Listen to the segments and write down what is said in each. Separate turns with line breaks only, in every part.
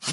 8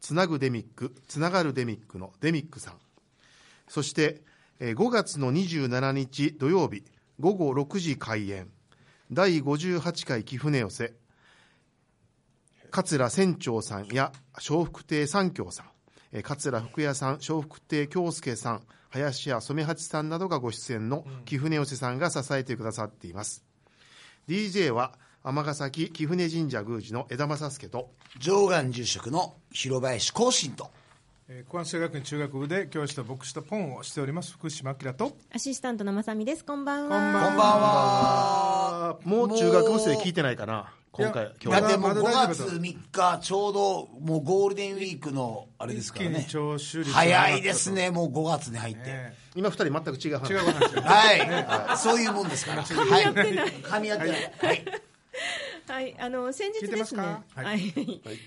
つなぐデミックつながるデミックのデミックさんそしてえー5月の27日土曜日午後6時開演第58回貴船寄せ桂船長さんや笑福亭三協さんえー桂福也さん笑福亭京介さん林家染八さんなどがご出演の貴船寄せさんが支えてくださっています、DJ は尼崎貴船神社宮司の枝正助と
上岸住職の広林浩信と
えー、小安中学院中学部で教師と牧師とポンをしております福島明と
アシスタントのまさみです。こんばんは。
こんばんは
もう中学生聞いてないかな今回今日
い
だ
や
ってもう
まだ
5
大丈夫だ
月3日ちょうどもうゴールデンウィークのあれですから
一気
ね
に聴取率が上がったと
早いですねもう5月に入って、
今二人全く違う話
違う話だ
はい、そういうもんですから。はい、噛み合ってない。はい、
はい、あの先
聞
日
いて
で
ます
すね。
か
はい、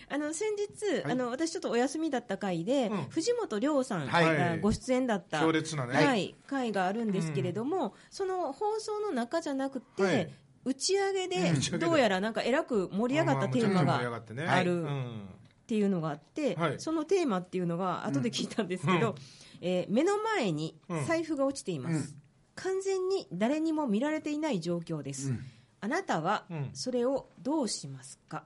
あの先日、あの私ちょっとお休みだった回で、藤本涼さん
はい
がご出演だった。
強烈なね
はい、回があるんですけれども、その放送の中じゃなくて。
はい
打ち上げでどうやらなんかえらく盛り上がったテーマ
まあまあ盛り上が
が
ってね
あ
う
る
ん
っていうのがあって、
はい
そのテーマっていうのが後で聞いたんですけど、えー目の前に財布が落ちています、完全に誰にも見られていない状況です、あなたは
ん
それをどうしますか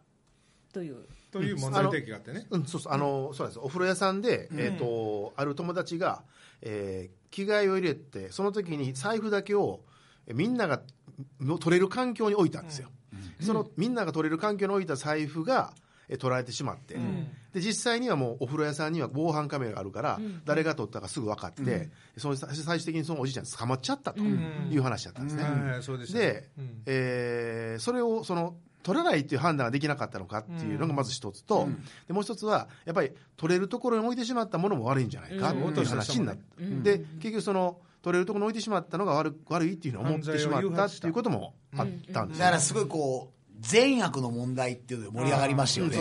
という、
という問題提起があってね
うん、そうそうあのそうなんですお風呂屋さんで、えー、とある友達が、えー着替えを入れてその時に財布だけをえーみんながの取れる環境に置いたんですよ、そのみんなが取れる環境に置いた財布がえー取られてしまって、で実際にはもうお風呂屋さんには防犯カメラがあるから、誰が取ったかすぐ分かって、その最最終的にそのおじいちゃん捕まっちゃったという話だったんですね、
はいそうでした
で、
うん
えーそれをその取らないっていう判断ができなかったのかっていうのがまず一つと、でもう一つはやっぱり取れるところに置いてしまったものも悪いんじゃないかっていう話になって、で結局その取れるところに置いてしまったのが悪悪いっていうのを思ってしまったっていうこともあったんです
だ
よ
からすごいこう、善悪の問題っていうので盛り上がりましたよね。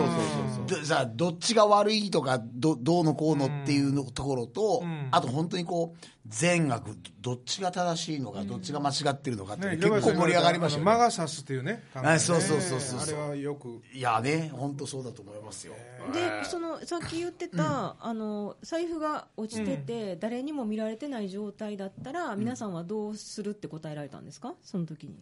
どじゃあ、どっちが悪いとか、ど、どうのこうのっていうのところと、あと本当にこう、善悪、どっちが正しいのか、どっちが間違ってるのかっていうの結構盛り上がりましたよ
間
ね。
が差すっていうね考え
あそうそうそうそう
あれはよく
いやね、本当そうだと思いますよ。
でそのさっき言ってた、あの財布が落ちてて、誰にも見られてない状態だったら、皆さんはどうするって答えられたんですかその時に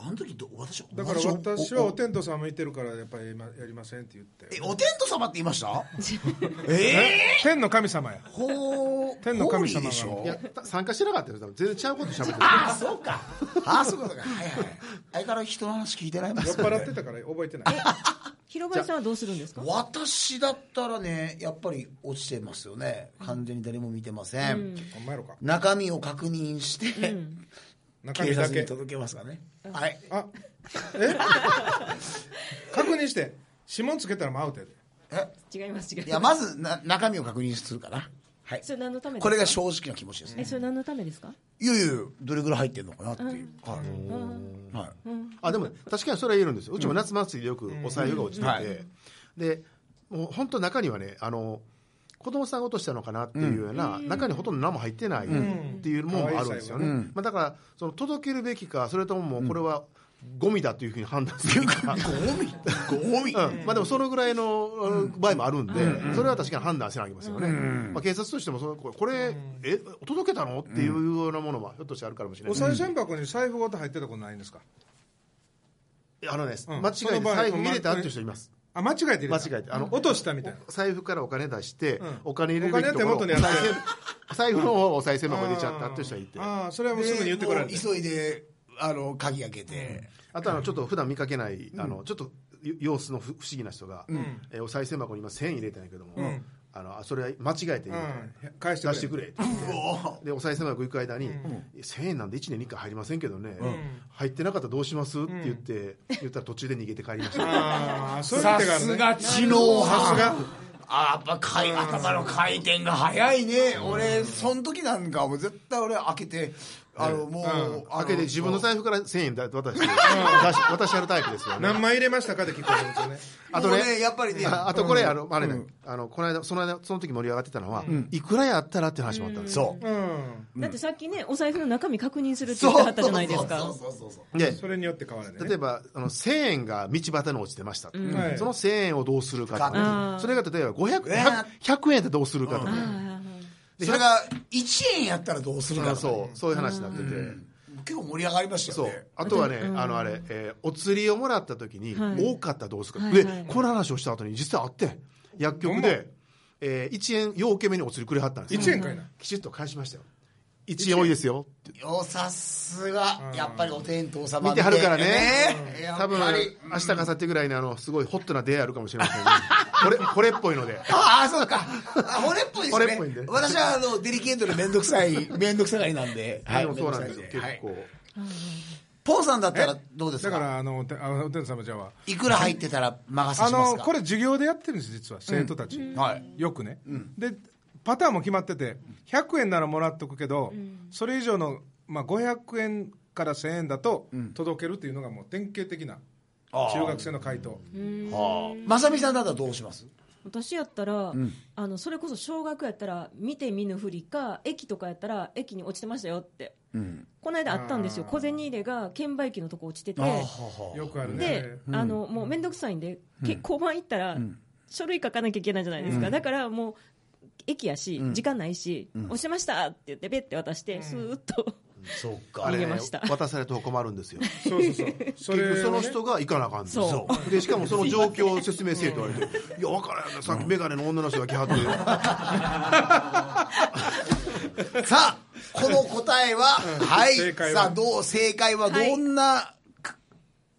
あの時ど、私、
だから
お
私はお天道さん向いてるからやっぱり今やりませんって言って
え、お天道様って言いましたええ
天の神様や
ほー、
天の神様が
ホーリーでしょ
いやた参加してなかったよ多分全然違うこと喋ってる
ああそうかああそうかそうかはいはい相変わらず人の話聞いてないもん
酔っ払ってたから覚えてない
広林さんはどうするんですか
私だったらねやっぱり落ちてますよね完全に誰も見てません、
お前やろか
中身を確認して、
中
警
身だ
察に
け
届けますかねはい
あえ 確認して指紋つけたらもうアウトやで
違います違い
い
ま
や
す
まずな中身を確認するかなはい
それ何のためですか
これが正直な気持ちですね
えそれ何のためですか
いやいやどれぐらい入ってるのかなっていう、はい、はい
あでもね確かにそれは言えるんですようちも夏祭りでよくお財布が落ちてて、
はい
でもう本当中にはねあの子供さんが落としたのかなっていうような、中にほとんど何も入ってないっていうものもあるんですよね、まあ、だからその届けるべきかそれとももうこれはゴミだというふうに判断するか、
ゴミゴミ、
うんまあ、でもそのぐらいのあの場合もあるんで、それは確かに判断せなあきますよね、まあ、警察としてもそのこれ、え届けたのっていうようなものもひょっとしてあるかもしれない
お賽銭箱に財布ごと入ってたことないんですか
あのね、
うん
間違えて財布入れたっていう人います
あ間違えて入れた
間違えてあの
落としたみたいな
財布からお金出して、
ん
お金入れるべきところ
お金は手元にあって
お 財布財布の方をお賽銭箱に入れちゃったっていう人がいてあ
ああそれはもうすぐに言ってこられて
でもう急いであの鍵開けて、
とあのちょっと普段見かけない、あのちょっと様子の不不思議な人が、えーお賽銭箱に今1000円入れたんやけども、あのあそれは間違えて入れた、
うん返してくれ
出してくれって言ってでお賽銭箱行く間に、1000円なんで1年に1回入りませんけどね、入ってなかったらどうしますって言って、言ったら途中で逃げて帰りました
ああそういう
さ
手がある
す
ね
が知能
さす
派
が
あやっぱ回頭の回転が早いね、俺その時なんかはもう絶対俺開けてあのもう、あ
開けて自分の財布から1000円だ渡して出し渡しやるタイプですよね
何枚入れましたかって聞こえるんですよね。
あ
あ
と
と
ね
ね
やっぱりね
ああとこれあのあれね、あのこの間その間その時盛り上がってたのは、いくらやったらって話もあったんですよ
そう
うん。
だってさっきねお財布の中身確認するって
そ
言
う
ってはったじゃないです
そう
か
そうそうそう
で
それによって変わらない、ね。
例えばあの1000円が道端に落ちてましたと、
はい
その1000円をどうするかと
あ
か
ー
それが例えば500
えー
100 100円ってどうするかとか、
あ
で
それが1円やったらどうするかとかね
そうそういう話になってて、
結構盛り上がりました
そ
よ
う
ね
あとはね、あのあれ、えーお釣りをもらった時に、
はい
多かったらどうするか、
はい
で
はい
この話をした後に実はあって薬局
ほんま
で、え1円ようけめにお釣りくれはったんですよ
一円かいな。
きちっと返しましたよ1円多いですよって
よさすがやっぱりお天道様
見てはるからね
ね
多分
やっぱり
明日か明後日ぐらいにあのすごいホットな出会いあるかもしれませんねこれこれっぽいので
ああ、そうか。あ骨っぽいですね。
骨っぽいんで
私は、あの、デリケートでめんどくさい、めんどくさがりなんで。
でもそうなんですよ
め
結
どくさい
構、
はいポンさんだったらどうです
だ
か
から、あの、てあのお天道様じゃあ、
いくら入ってたら任せ
あ
します
の、
か
これ授業でやってるんです、実は、生徒たち。
はい。
よくね。で、パターンも決まってて、100円ならもらっとくけど、それ以上の、まあ、500円から1000円だと、届けるっていうのがもう典型的な、中学生の回答。
まさみさんだったらどうします
私やったら、あのそれこそ小学やったら見て見ぬふりか駅とかやったら駅に落ちてましたよって、この間あったんですよ小銭入れが券売機のとこ落ちてて
よくあるね
で。、あのもう面倒くさいんで、け交番行ったら、書類書かなきゃいけないじゃないですか、だからもう駅やし、時間ないし、押しましたって言ってべって渡して、スーッと、
そっ
あ
か。
れ、
逃げ
ね
ました、
渡されても困るんですよ
そうそうそう。
結
それ
局
をね
その人が行かなあかんねん
そ
でしかもその状況を説明せえと言われて「いや分からんよさっき眼鏡の女の人が来はって
さあ、この答えは、はい。
正解は
さあ、どう、正解はどんなか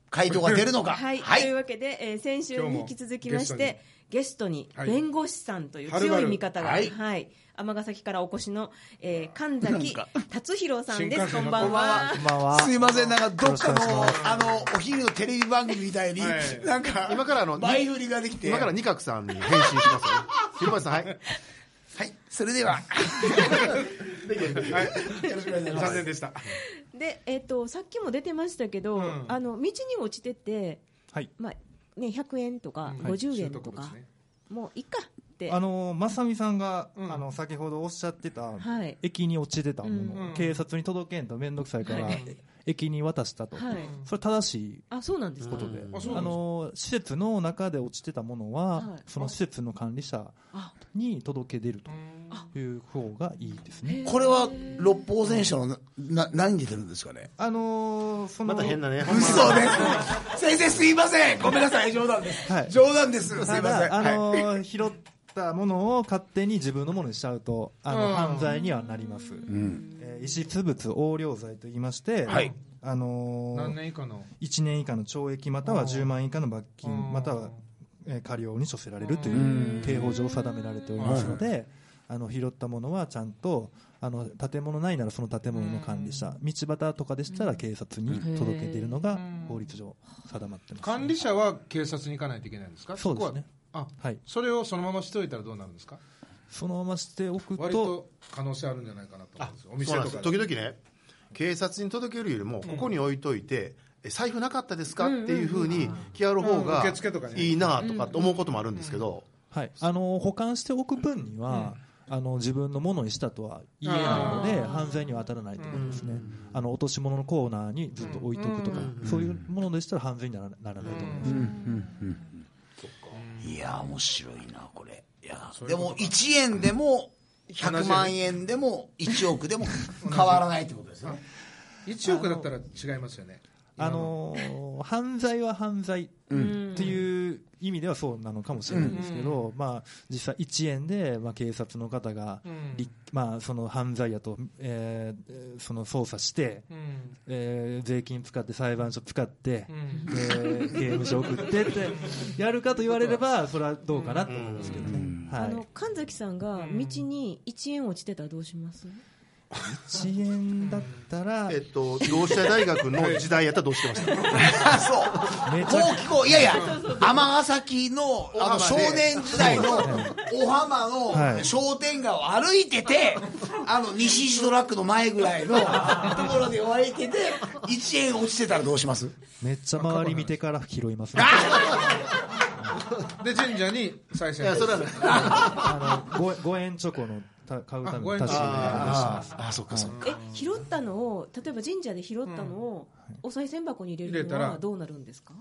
回答が出るのか。
はい、というわけで、えー先週に引き続きましてゲストに
はい
弁護士さんという
はるば
強
る
い味方が、
は
はいい尼崎からお越しの、えー神崎達弘さんで
新幹
す。こ
線
んばん
こ
は。
こんばんは。
すいません、なんかどっか
よろしくお
の
願いします、
あの、お昼のテレビ番組みたいに
はい、
なんか、
今からあの
前振りができて、
今から二角さんに返信しますよ 広林さんはい
はい、それでは。
はい。
よろしくお願いしま
残
す
念。でした。
で、えっ、とさっきも出てましたけど、
ん
あの道に落ちてて、
はい。
まあね100円とか
はい
50円とか、
習得物ね
もういいかって。
あの、まさみさんが、
うん
あの、先ほどおっしゃってた、
はい
駅に落ちてたもの、
うん
警察に届けんと面倒くさいから、
はい
駅に渡したと。
はい
それ正しい
あそうなんですか。
ことで、
あそうなんですか
あの、施設の中で落ちてたものは、
はい
その施設の管理者
あ
に届け出るという方がいいですね。
これは六法全書のなな何に出てるんですかね
あのその、
ね
嘘です先生すいませんごめんなさい冗談です、
はい
冗談ですすいませ
た
ん、はい
だ、あの拾ったものを勝手に自分のものにしちゃうと、あの、犯罪にはなります。えー遺失物横領罪と言いまして、
はい
あの
何年以下の。
1年以下の懲役または10万円以下の罰金または、えー、過料に処せられるという刑法上定められておりますので、あの拾ったものはちゃんとあの建物内ならその建物の管理者道端とかでしたら警察に届け出るのが法律上定まってます、
管理者は警察に行かないといけないんですか
そうですね
こはあ、
はい、
それをそのまましておいたらどうなるんですか
そのまましておく
割
と
と可能性あるんじゃないかなと思うんですよお
そう
店
なん
と
です
か
時
で
々ね警察に届けるよりもここに置いといて、え財布なかったですかっていうふうに気ある方
うん
が
受付とかね
いいなとかって思うこともあるんですけど、
はい、あの保管しておく分には、あの自分のものにしたとは言えないので犯罪には当たらないということですね、あの落とし物のコーナーにずっと置いておくとか、そういうものでしたら犯罪にならなならないと思います、
いや面白いなこれいやでも1円でも100万円でも1億でも変わらないってことですね
1億だったら違いますよね
あのー犯罪は犯罪っていう意味ではそうなのかもしれないですけど、まあ、実際1円で、まあ、警察の方が、立まあ、その犯罪やと、えーえーその捜査して、
うん
えー税金使って裁判所使って、えー刑務所送ってってやるかと言われればそれはどうかなと思いますけどね、
あ
は
の神崎さんが道に1円落ちてたらどうします？
1円だったら
えっと、同志社大学の時代やったらどうしてました
そう
めちゃ
こう聞こういやいや尼崎のあの
小
少
浜で
年時代の小浜
は
の
い
商店街を歩いててあの西一トラックの前ぐらいのところで歩いてて1円落ちてたらどうします
めっちゃ周り見てから拾いますね
で神社に再生
いやそれはね
あの 5, 円チョコのた買うために確かに
あ
します
ーあーそっかそっか
え拾ったのを例えば神社で拾ったのを、お賽銭箱に入れるの
入れた
は
ら
どうなるんですか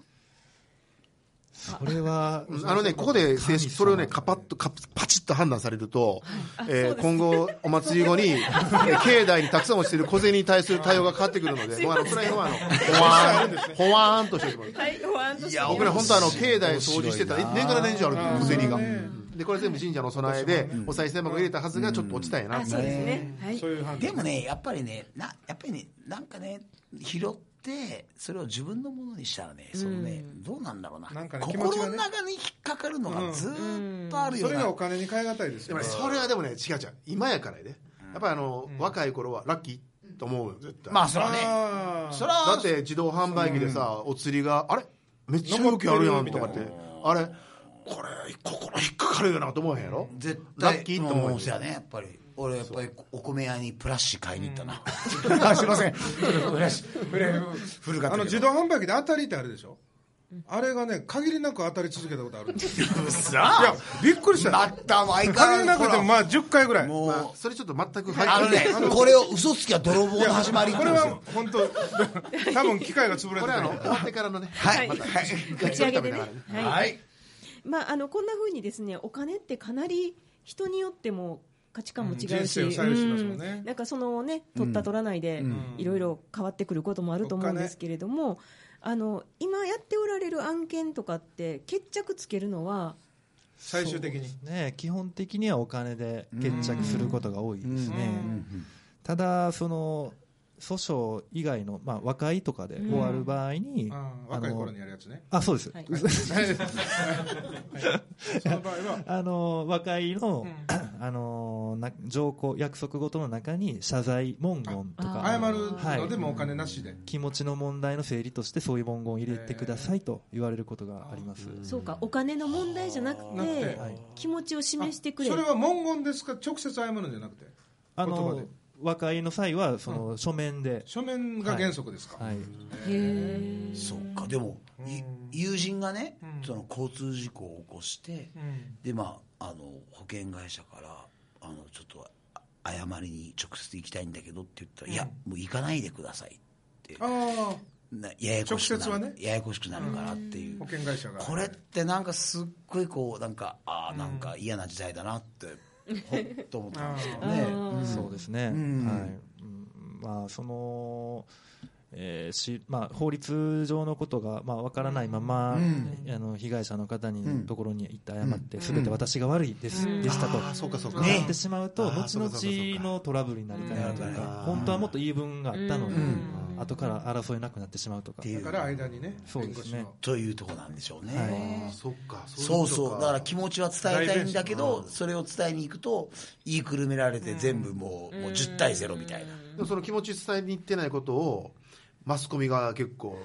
それは
あのね、ここで正式、それをね、カパッと、カパチッと判断されると、えー今後、お祭り後 に、えー境内にたくさん落ちている小銭に対する対応が変わってくるので、もうあの、それはあの、ほわーん、ほわーんとしておいてもらう。
はいご案内
いや
僕ら本当あの、境内掃除してたら、
面白いな
年から年中ある
うん
小銭が
うん。
で、これ全部神社の備えで、お賽銭箱入れたはずがちょっと落ちたんやな
あ。そうですね
うん
はい
そういう判断
でもねやっぱりねなやっぱりねなんかね拾ってそれを自分のものにしたらねそのね、どうなんだろうな
なんかね気持ち
心
が
の
ね
中に引っかかるのがずーっとあるよ
そうれ
な、
がお金に変え難いです
で
よ
も
ね
ね、それはでもね、違う違う。今やからやで。やっぱりあの、若い頃はラッキーと思うよ、絶対。
まあそれはね
あー
それは
だって自動販売機でさ、お釣りがあれめっちゃ勇気あるやんとかってあれこれ心引っかかるよなと思わへんやろ
絶
ラ
対
ッキーって思う
う
や
ん
ん
そうやねやっぱり俺やっぱりお米屋にプラッシュ買いに行ったな、あすいませんプラッシュプラッシュ古かっ
あ
た
の
け
自
ど
動販売機で当たりってあるでしょあれがね限りなく当たり続けたことあるんですよいや
さ
びっくりし
あま
たよ
たもう相変わ
限
ら
り
ず
なくてもまあ10回ぐらい
もう
まあそれちょっと全く
あのねこれを嘘つきは泥棒の始まりって
こ
言
れ
うんですよ
は本当多分機械が潰れて
これ
た
あの
よ
終わってからのね
はい、
は
はいい、
打ち上げでね
食べなが
はい
はい、
まあ、あのこんな風にですねお金ってかなり人によっても価値観も違
うん人
うし、
生を左右しますもんね
うんなんかそのね取った取らないで
ん
いろいろ変わってくることもあると思うんですけれども、あの今やっておられる案件とかって決着つけるのは
最終的に
そうですね、基本的にはお金で決着することが多いですね、ただその訴訟以外の、まあ、和解とかで終わる場合に、
あー
あ
若い
の
頃にやるやつね
あそうです、
はい
その場合は
あの和解の,、あのな条項約束事の中に謝罪文言とか
あ
謝
は
るの
い
でもお金なしで
気持ちの問題の整理としてそういう文言を入れてくださいと言われることがあります、
そうかお金の問題じゃなく
なく
て
て
気持ちを示してくれ
それは文言ですか直接謝るんじゃなくて
あ
言葉
の
で
和解の際はその書面で、
書面が原則ですか
はい、
へー
そうかでも、い友人がね、その交通事故を起こして、でまああの保険会社からあのちょっとあ謝りに直接行きたいんだけどって言ったら、いやもう行かないでくださいって
ああ
なややこしくな
直接は
る、
ね
ややこしくなるからっていう、
保険会社が
これってなんかすっごいこうなんかああなんか嫌な時代だなって、 ほっと思ったんですけどね。
そうですね、
ん
はいうんまあそのえーしまあ、法律上のことが、まあ、分からないまま、あの被害者の方にところに行って謝って、すべて私が悪いです、でしたと、
そうかそうか
なってしまうと、
あー
後
そうかそうかそうか
々のトラブルになりかねないという
なるほ
か、本当はもっと言い分があったのに
う、
後から争えなくなってしまうとか
て、いう
だから間にね
そうですね
弁護
というとこなんでしょうね。
は
そっか
そうそうだから
き
気持ちは伝えたいんだけどそれを伝えに行くと言いくるめられて全部もう,、もう10対0みたいな、
でもその気持ち伝えに行ってないことをマスコミが結構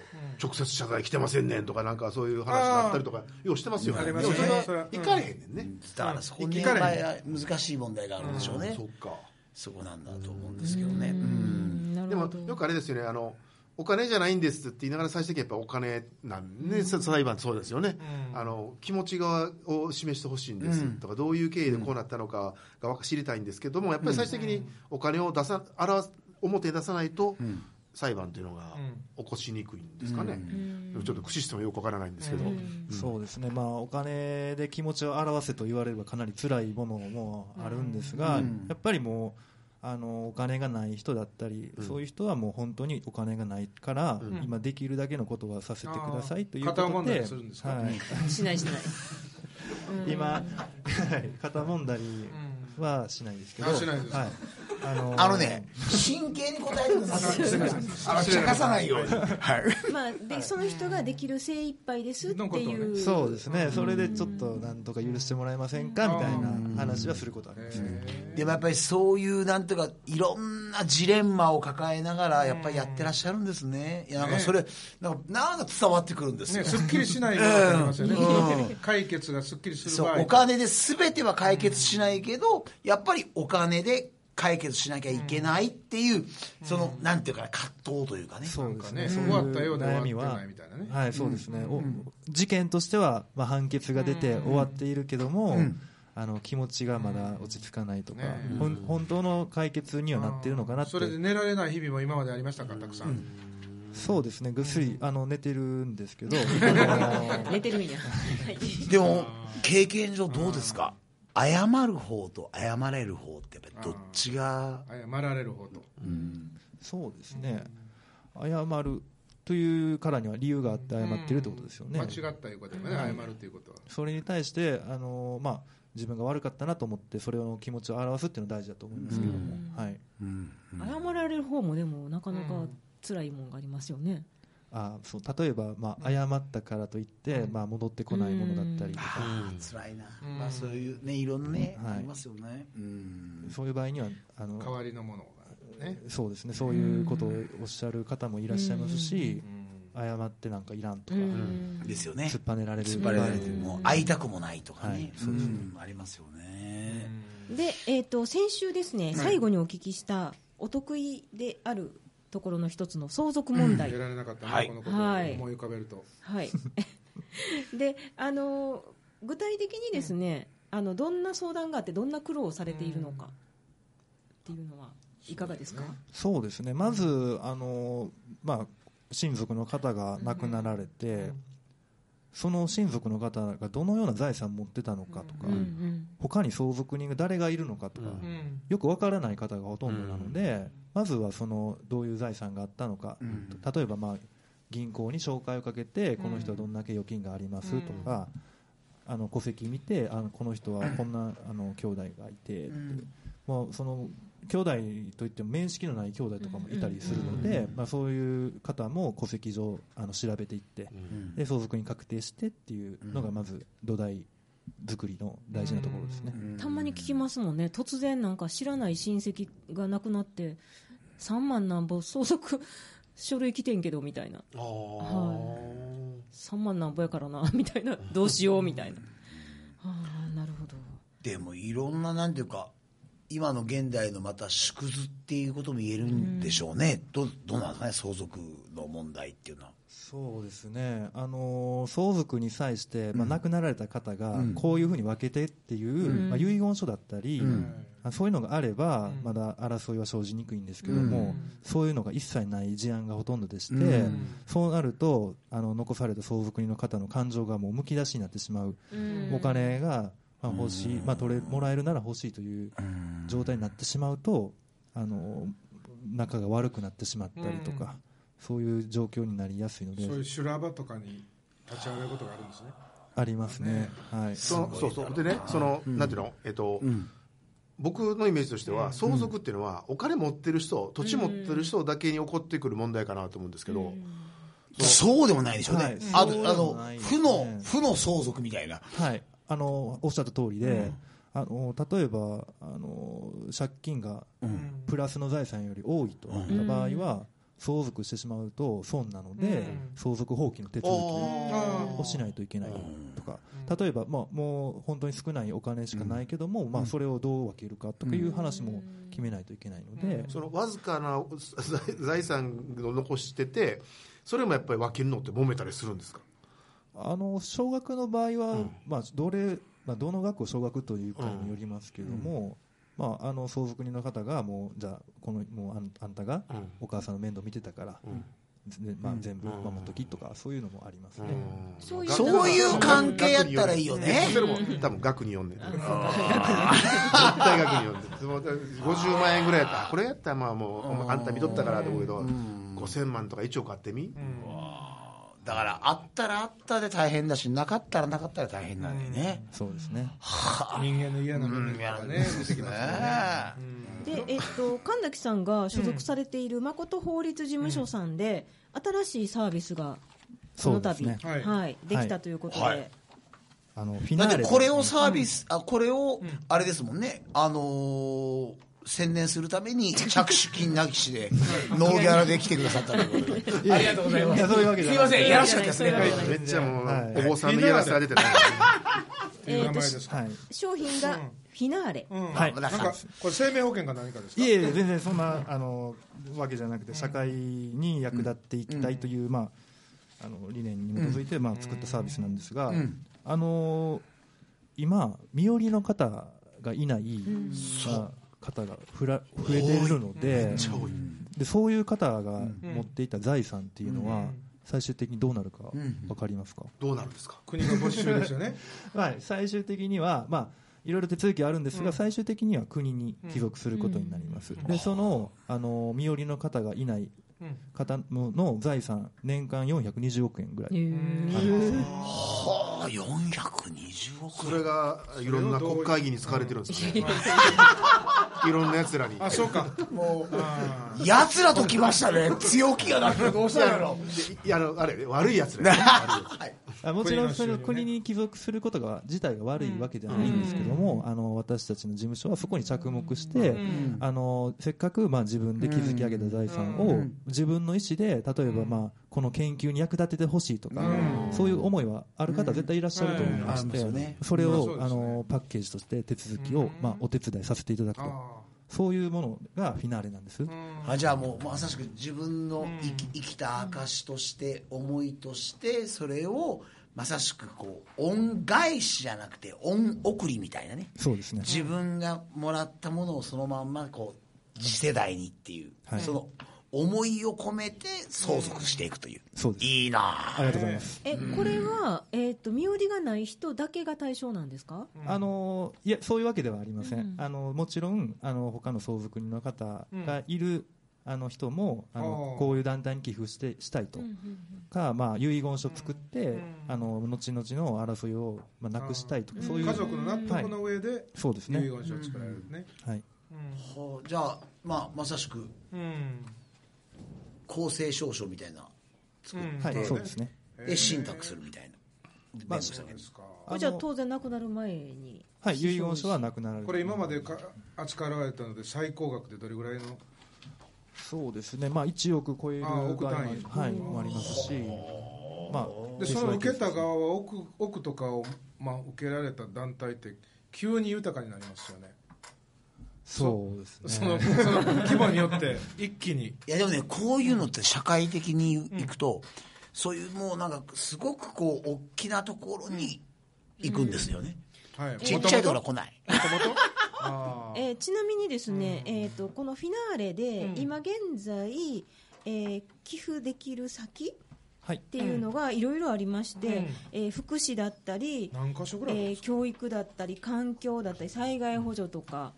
直接謝罪来てませんねんとかなんかそういう話があったりとかようしてますよ
あり
で
ま
も
すね
それは
それは
行かれへんねんね
だからそこに
行かれへん
難しい問題があるんでしょうね、
そっか
そこなんだと思うんですけどね、うん
うんな
で
るほ
も
ど
よくあれですよねあのお金じゃないんですって言いながら最終的にやっぱお金なんね、さ裁判そうですよね、あの気持ちがを示してほしいんですとか、どういう経緯でこうなったのかが知りたいんですけどもやっぱり最終的にお金を出さ表す表に出さないと、裁判というのが起こしにくいんですかね、ちょっと駆使してもよくわからないんですけど、
そうですね、まあ、お金で気持ちを表せと言われればかなり辛いものもあるんですが、やっぱりもうあのお金がない人だったり、そういう人はもう本当にお金がないから、今できるだけのことはさせてくださいというこ
片
と
思い
で
はするんですか
はい
しないしない
今はい肩もんだり、はしないですけど、
あしないですか
はい、あのー
あのね、真剣に答えてください。
すいません
あの、茶化さないように。はい。
まあ、でその人ができる精一杯ですって
のこと
い
を
う
ね
そうですね、それでちょっとなんとか許してもらえませんかみたいな話はすることありますね。
でもやっぱりそういうなんとかいろんなジレンマを抱えながらやっぱりやってらっしゃるんですね。いやなんかそれなんかなんか伝わってくるんです
ね、
よ。
すっきりしないのがありますよね、解決がすっきりする
そ
場合
うお金で全ては解決しないけどやっぱりお金で解決しなきゃいけないっていうそのなんていうかな葛藤というかね。
そうですね。
ね
そうい
終わったようで終
悩
わって
みは
ないみたいなね
はい、そうですね。お事件としてはまあ判決が出て終わっているけども、あの気持ちがまだ落ち着かないとか、ほん本当の解決にはなってるのかなって
そ。れで寝られない日々も今までありましたかたくさん、
そうですね。ぐっすりあの寝てるんです けど、
寝てるんや、はい
でも経験上どうですか謝る方と謝れる方ってやっぱりどっちが
謝られる方と、
そうですね。謝るというからには理由があって謝ってるってことですよね。
間違ったいうことでもね、謝るっていうことは
それに対して、あのまあ、自分が悪かったなと思ってそれを気持ちを表すっていうのは大事だと思いますけれども、はい、
謝られる方もでもなかなか辛いもんがありますよね、
あそう例えば、まあ、謝ったからといって、まあ、戻ってこないものだったりとか、
あー辛いな。まあそういうねいろんなね
は
あ
い
りますよね。うん
そういう場合にはあの
代わりのものがね
そうですねそういうことをおっしゃる方もいらっしゃいますし、謝ってなんかいらんとか、
ですよね。
突っぱねられる
突っ張られても会いたくもないとかね、そういうのもありますよね、
で、えー、と先週ですね、最後にお聞きしたお得意であるところの一つの相続問題、
やられなかったね、
はい
このことを思い浮かべると、
はい、であの具体的にですね、あのどんな相談があってどんな苦労をされているのかっていうのはいかがですか、
そうですねまずあの、まあ、親族の方が亡くなられて、その親族の方がどのような財産を持ってたのかとか、
うんうん
他に相続人が誰がいるのかとか、よくわからない方がほとんどなので、まずはそのどういう財産があったのか、例えばまあ銀行に紹介をかけてこの人はどんだけ預金がありますとか、あの戸籍見てあのこの人はこん なあの兄弟がいて、もうその兄弟といっても面識のない兄弟とかもいたりするので、まあ、そういう方も戸籍上あの調べていって、で相続に確定してっていうのがまず土台作りの大事なところですね。
たまに聞きますもんね突然なんか知らない親戚が亡くなって3万なんぼ相続書類来てんけどみたいな、はい、3万なんぼやからな みたいなどうしようみたいなああなるほど
でもいろんななんていうか今の現代のまた縮図っていうことも言えるんでしょうね、どどうなんですかね相続の問題っていうのは
そうですね、あのー相続に際して、まあ、亡くなられた方がこういうふうに分けてっていう、まあ、遺言書だったり、あそういうのがあれば、まだ争いは生じにくいんですけども、そういうのが一切ない事案がほとんどでして、そうなるとあの残された相続人の方の感情がもうむき出しになってしまう、お金が、まあ、欲しい、まあ、取れもらえるなら欲しいという状態になってしまうと。あの仲が悪くなってしまったりとか、そういう状況になりやすいので、
そういう修羅場とかに立ち上がることがあるんですね
ありますね。はい。
そそうそうでねその、なんていうのえっと、僕のイメージとしては相続っていうのは、お金持ってる人土地持ってる人だけに起こってくる問題かなと思うんですけど、
そうでもないでしょうね、
はい
あ
そう
と
で
あ
も
の
ないです
負
ね
の負の相続みたいな
はい。あの、おっしゃった通りで、あの、例えば、あの、借金が、プラスの財産より多いとなった場合は、相続してしまうと損なので、相続放棄の手続きをしないといけないとか、例えば、まあ、もう本当に少ないお金しかないけども、まあ、それをどう分けるかとかいう話も決めないといけないので、
そのわずかな 財財産を残しててそれもやっぱり分けるのって揉めたりするんですか
あの少額の場合は、まあ、どれ、まあ、どの額を少額というかによりますけれども、まあ、あの相続人の方がもうじゃあこのもうあんあんたが
うん
お母さんの面倒見てたから、ぜまあ、全部守っときとか、そういうのもありますね、
そういう
そういう関係やったらいいよね
それも多分額に読んでる絶対額に読んでるその50万円ぐらいやったらあこれやったらまあもうあんた見とったからと思うけど5000万とか1億買ってみ
だからあったらあったで大変だしなかったらなかったら大変なんでね、
そうですね
人間の嫌な部分
や
が
るん
ね
で
出
すね
てきますからね
で、えっと、神崎さんが所属されている誠法律事務所さんで、新しいサービスがこの度、
そうです
ね
はい
は
できたということで、
はい
あのフィ
だ
ナ
って
ーレです
これをサービス、あこれをあれですもんねあのー宣伝するため に着手金なきしでノーギャラで来てくださったということで
ありがとうございま
いやそういうわけじゃ
すい
ない
ませんいやらしかったですね
そういうわけじゃない
めっちゃもう、
はい
お坊さんの嫌らせが出てない
という名前ですか
はい
商品がフィナーレ、
うん
はい
なんかこれ生命保険か何かですか
いえいえ全然そんなあのわけじゃなくて社会に役立っていきたいという、まあ、あの理念に基づいて、まあ、作ったサービスなんですが、
ん
あの今身寄りの方がいない、まあ、方がふら増えているので
多い
でそういう方が持っていた財産っていうのは、最終的にどうなるか
ん
分かりますか、
どうなるんですか
国が没収ですよね
はい、最終的には、まあ、いろいろ手続きあるんですが、最終的には国に帰属することになります、でそのあの身寄りの方がいない
うん
方のの財産年間420億円ぐらい、
はあ420億
それがいろんな国会議に使われてるんで すねいろんなやつらに
あそうか
も
あ
うやつらときましたね強気がなくてどうしたんやろ
いやあのあれ悪いやつ ら悪いやつ
あもちろん
国の
それは
収入ね
国に帰属することが自体が悪いわけではないんですけども、あの私たちの事務所はそこに着目して、あのせっかく、まあ、自分で築き上げた財産を、自分の意思で例えば、まあ、この研究に役立ててほしいとか、そういう思いはある方は絶対いらっしゃると思いまして、
うんうんありますよね
それ
ま
を、
あそうですね
あのパッケージとして手続きを、まあ、お手伝いさせていただくと、
あ
そういうものがフィナーレなんです。
あじゃあもうまさしく自分の生き生きた証として思いとしてそれをまさしくこう恩返しじゃなくて恩送りみたいなね
そうですね
自分がもらったものをそのまんまこう次世代にっていう、
はい
その思いを込めて相続していくという、
そうです
いいな
ありがとうございます
えこれは、えー、と身寄りがない人だけが対象なんですか、
あのいやそういうわけではありません、あのもちろんあの他の相続人の方がいる、あの人もあの
あー
こういう団体に寄付してしたいとか、まあ、遺言書作って、あの後々の争いを、まあ、なくしたいとか、そういう
家族の納得の上で
そうです
遺言
ね、
書を作られるね
はい、
ほうじゃあ、まあ、まさしく
うん
公正証書みたいな
うん
はい
ね
そうですね
で信託するみたいな、
ま
弁
あ
護士さんが
ですか
これじゃあ当然なくなる前に
はい、遺言書はなくなられる
これ今までか扱われたので最高額でどれぐらいの
そうですね、まあ、1億超える
あー億
場合も
単位
はい、もありますし、まあ、
でその受けた側は奥奥とかを、まあ、受けられた団体って急に豊かになりますよね
そうですね
そのその規模によって一気に
いやでもねこういうのって社会的にいくと、そういうもうなんかすごくこう大きなところに行くんですよね、
はい
ちっちゃいところは来ない
あ
えーちなみにですね、えー、とこのフィナーレで、今現在、えー寄付できる先
はい
っていうのがいろいろありまして、
うん
えー福祉だったり、
何箇所ぐらいあるん
え
で
ー教育だったり環境だったり災害補助とか、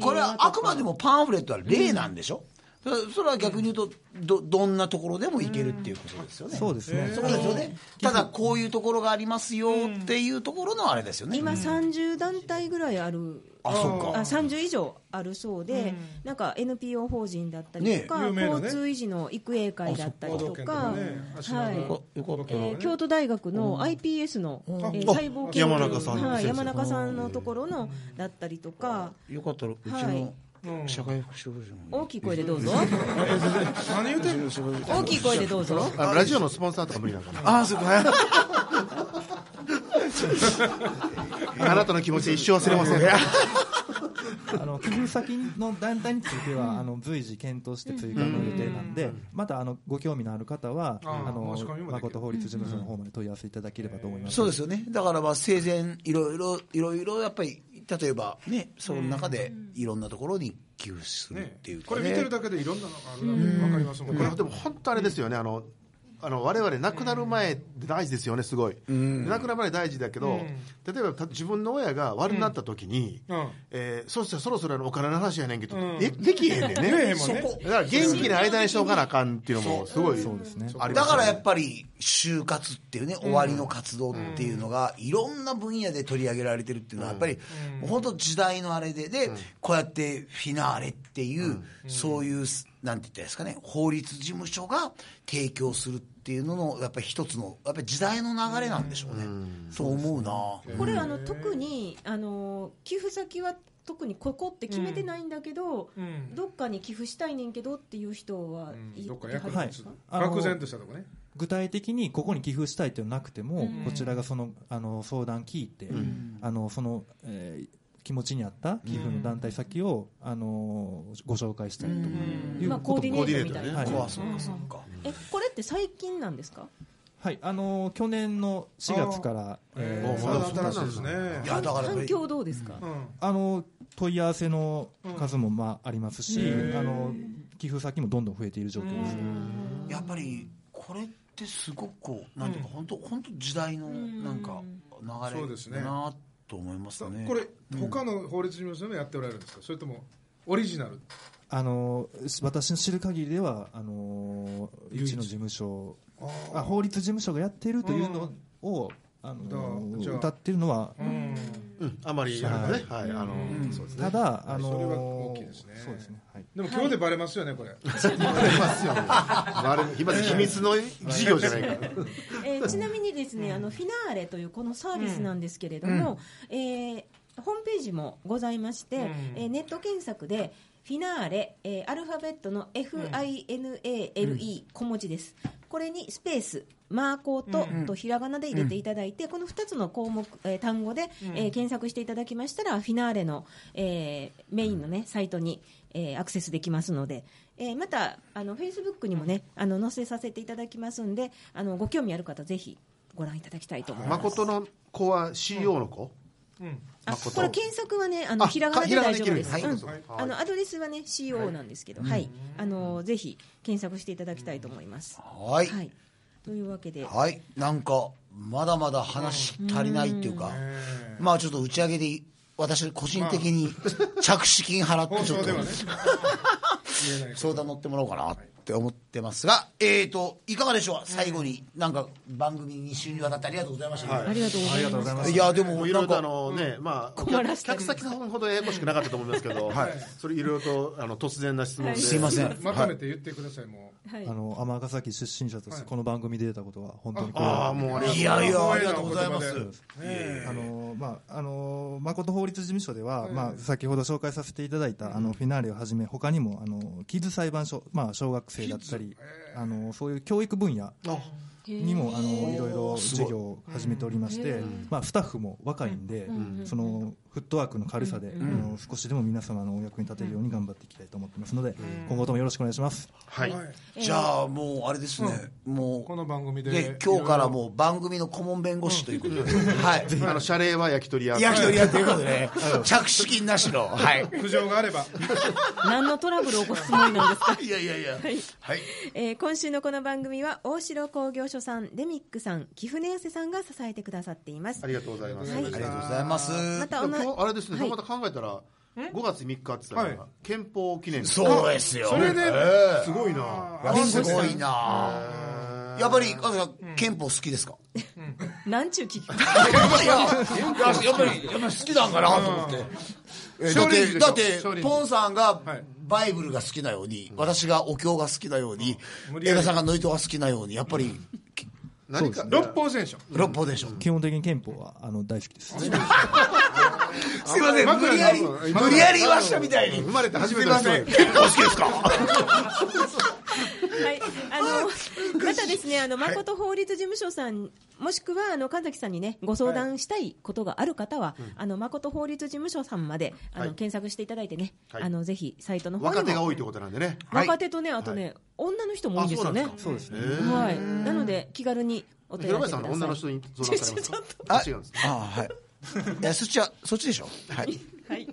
これ
映画
は
とか
あくまでもパンフレットは例なんでしょ、それそれは逆に言うとどどんなところでも行けるっていうことですよね、
そうですね、
そうですよね、ただこういうところがありますよっていうところのあれですよね、
今30団体ぐらいある
あそっ
あ
か
30以上あるそうで、なんか NPO 法人だったりと
ねえ
か、
有名なね
交通維持の育英会だったりと
あそっ
か
か。行動
は
圏とかね
い
よかっ
えー京都大学の IPS の、えー細胞研究
山中さんの
は
先
い
生
山中さんのところのだったりとか
たよかったらうち
はい
の社会福祉法人も
大きい声でどうぞ
何言うてんの
大きい声でどうぞ
らあラジオのスポンサーとか無理なのか
ああそうかね
なあなたの気持ち一生忘れません
あの寄付先の団体については、あの随時検討して追加の予定なんで、またあのご興味のある方は、
あー
あの
申し込みもできる
誠法律事務所の方まで問い合わせいただければと思います。
そうですよねだからまあ生前いろいろいろいろやっぱり例えばねその中でいろんなところに寄付するっ
ね
ていう
こ
か、ね
れ見てるだけでいろんなのがあるなって分かりますもん
こ
ね
れでも本当あれですよねあのあの我々亡くなる前って大事ですよねすごい、亡くなる前大事だけど、例えばた自分の親が悪になった時に、
うん
えーそしたらそろそろあのお金の話やねんけど、えできへんねんね
えへんもんね
そこだから元気な間にしとかなあかんっていうのもすごいそうですね
だからやっぱり就活っていうね、終わりの活動っていうのが、いろんな分野で取り上げられてるっていうのは、やっぱり、本当時代のあれで、で、こうやってフィナーレっていう、そういう、なんて言ったらいいですかね、法律事務所が提供するっていうのの、やっぱり一つの、やっぱり時代の流れなんでしょうね。そう思うな
これあの特にあの寄付先は特にここって決めてないんだけど、
うん
どっかに寄付したいねんけどっていう人は、い
どっか役
いは
に
るんで
立
す
つ
か、
あの
漠然としたとこね
具体的にここに寄付したいっていうのなくても、
うん
こちらがそのあの相談聞いて、あのその、えー気持ちに合った寄付の団体先を、あのご紹介したりとかいう
まあ
こ
コー
と
ディ
も
ネートみたいな、
はい
ああ、そうかそうか。
えこれって最近なんですか
はいあの去年の4月からえー
えー
まだ
そうだ新しいですね
いや、だから、
反響どうですか、
うん
あの問い合わせの数もまあありますし、あの寄付先もどんどん増えている状況です、
やっぱり、これってすごくこう、なんていうか、本当本当時代の、なんか、
そう
流
で
れ
すね
だなと思いますね。
これ他の法律事務所でもやっておられるんですかそれともオリジナル
あの私の知る限りではあのうちの事務所あ法律事務所がやっているというのを、あの
じゃあ
歌ってるのは、
うん
うんあまりやらないねはい、あの、そうですね
ただ、あ
それは
の
大きいですね
そうですね、はい、
でも今日でバレますよねこれ
バレますよねバレ今秘密の事業じゃないから
えーちなみにですね、あのフィナーレというこのサービスなんですけれども、えーホームページもございまして、えーネット検索でフィナーレ、えーアルファベットの FINALE 小文字です、これにスペースマーコートとひらがなで入れていただいて、この2つの項目、えー単語で、えー検索していただきましたらフィナーレの、えーメインの、ね、サイトに、えーアクセスできますので、えーまたあのフェイスブックにもねあの載せさせていただきますんであのご興味ある方ぜひご覧いただきたいと思います。
誠の子は CEO の子、
あ
誠
これ検索はねあの
あ
ひらがなで大丈夫です。
かひらがなでいけるんです
うん
はい
あのアドレスはね CO なんですけど、はい、あのぜひ検索していただきたいと思います。
はい。
はい、というわけで、
はい。なんか、まだまだ話足りないっていうか、まあちょっと打ち上げで、私個人的に 着手金払っ
放
てちょ
送
っ
で
と
はね言えない
相談乗ってもらおうかなって思ってますが、えーと、いかがでしょう最後になんか番組2週にわたってありがとうございました。
ありがとうございます。
い、や、で
も
も
うい
ない
ろ
ん
ろとあ
か、
のね、まあ、お
困
客
らせた
客先さんほどややこしくなかったと思いますけど、それいろいろとあの突然な質問で、
すいません。
まとめて言ってくださいも
はい
あの尼崎出身者として、この番組で出たことは、本当にこれ
あ
は
あ、もうありがと。
いうやいや、ありがとうございます。
あのまああの誠法律事務所では、まあ先ほど紹介させていただいたあのフィナーレをはじめ他にもあのキッズ裁判所まあ小学生だったりあのそういう教育分野にもあのいろいろ授業を始めておりまして、まあスタッフも若いんで、そのフットワークの軽さで、あの少しでも皆様のお役に立てるように頑張っていきたいと思ってますので、今後ともよろしくお願いします。
はい、
じゃあもうあれですね、も
うこ
う、
の番組で
ね、今日から
う
もう番組の顧問弁護士ということで、 はい。
あの謝礼は焼き鳥屋。
焼き鳥屋ということでね、着手金なしの、はい。
苦情があれば
何のトラブルを起こすつもりなんです か。
いやいやいや。
はい
はい。
えー今週のこの番組は大城工業所さんデミックさん貴船寄せさんが支えてくださっています
ありがとうございます。
はい
ありがとうございます。
またお
今
な
日あれですね、
はい
また考えたら、5月3日って言ったら、
はい
憲法記念日。
そうですよ。
それで
え
すごいな。
えいやすごいな。やっぱり、あ憲法好きですか
なんちゅう聞き方
いや、やっぱり、やっぱり好きなんかなと思って。えだっ
少林
て、
寺
だっ
でしょ少
て
林寺
ポンさんが
はい
バイブルが好きなように、私がお経が好きなように
無、理や
映
り
画さんがノイトが好きなように、やっぱり、
何か、
六方全書
六法でしょ。
基本的に憲法はあの大好きです。
すいません、無理やり、無理やり言わしたみたいに。
生まれて初めて
すいま
の人
せん、結構好きですか
はい、あの、またですね、あの、誠法律事務所さん。もしくは、あの、神崎さんにね、ご相談したいことがある方は、あの、誠法律事務所さんまで。あの、
はい
検索していただいてね、
はい
あの、ぜひサイトの方にも。
若手が多いってことなんでね。
はい
若手とね、あとね、女の人も多いんですよね。
そうですね。
はい、なので、気軽にお問い合
平林さん
わせく
の
だ
女の
さ
人
い。
に相談されます
ちょちょちょ
か違うんです。
ああ、はい。いや、そっちは、そっちでしょはい。
はい。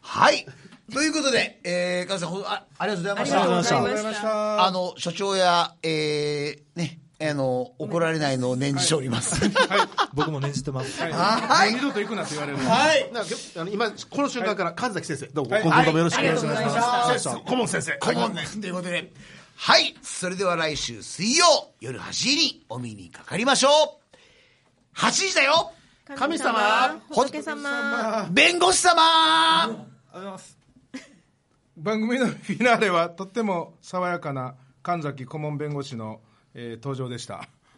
はい。ということで、えー、加藤さんほんあ、ありがとうございました。
ありがとう
ありがとうご
ございました
ざいました
あの所長や、えー、ね、あの怒られないのを念じております。
僕も念じてます。
はい、もう二度と行くなって言われる。
はい。
なんかあの今この瞬間から神崎先生どうも
はい
今後ともよろしく
あ
お
り
願
が
い
と
しま
うご
す
ざいました。
顧問先生
顧問です。ということで、はい。それでは来週水曜夜8時にお見にかかりましょう。8時だよ
神様
仏様
弁護士様
番組のフィナーレはとっても爽やかな神崎顧問弁護士の、えー登場でした。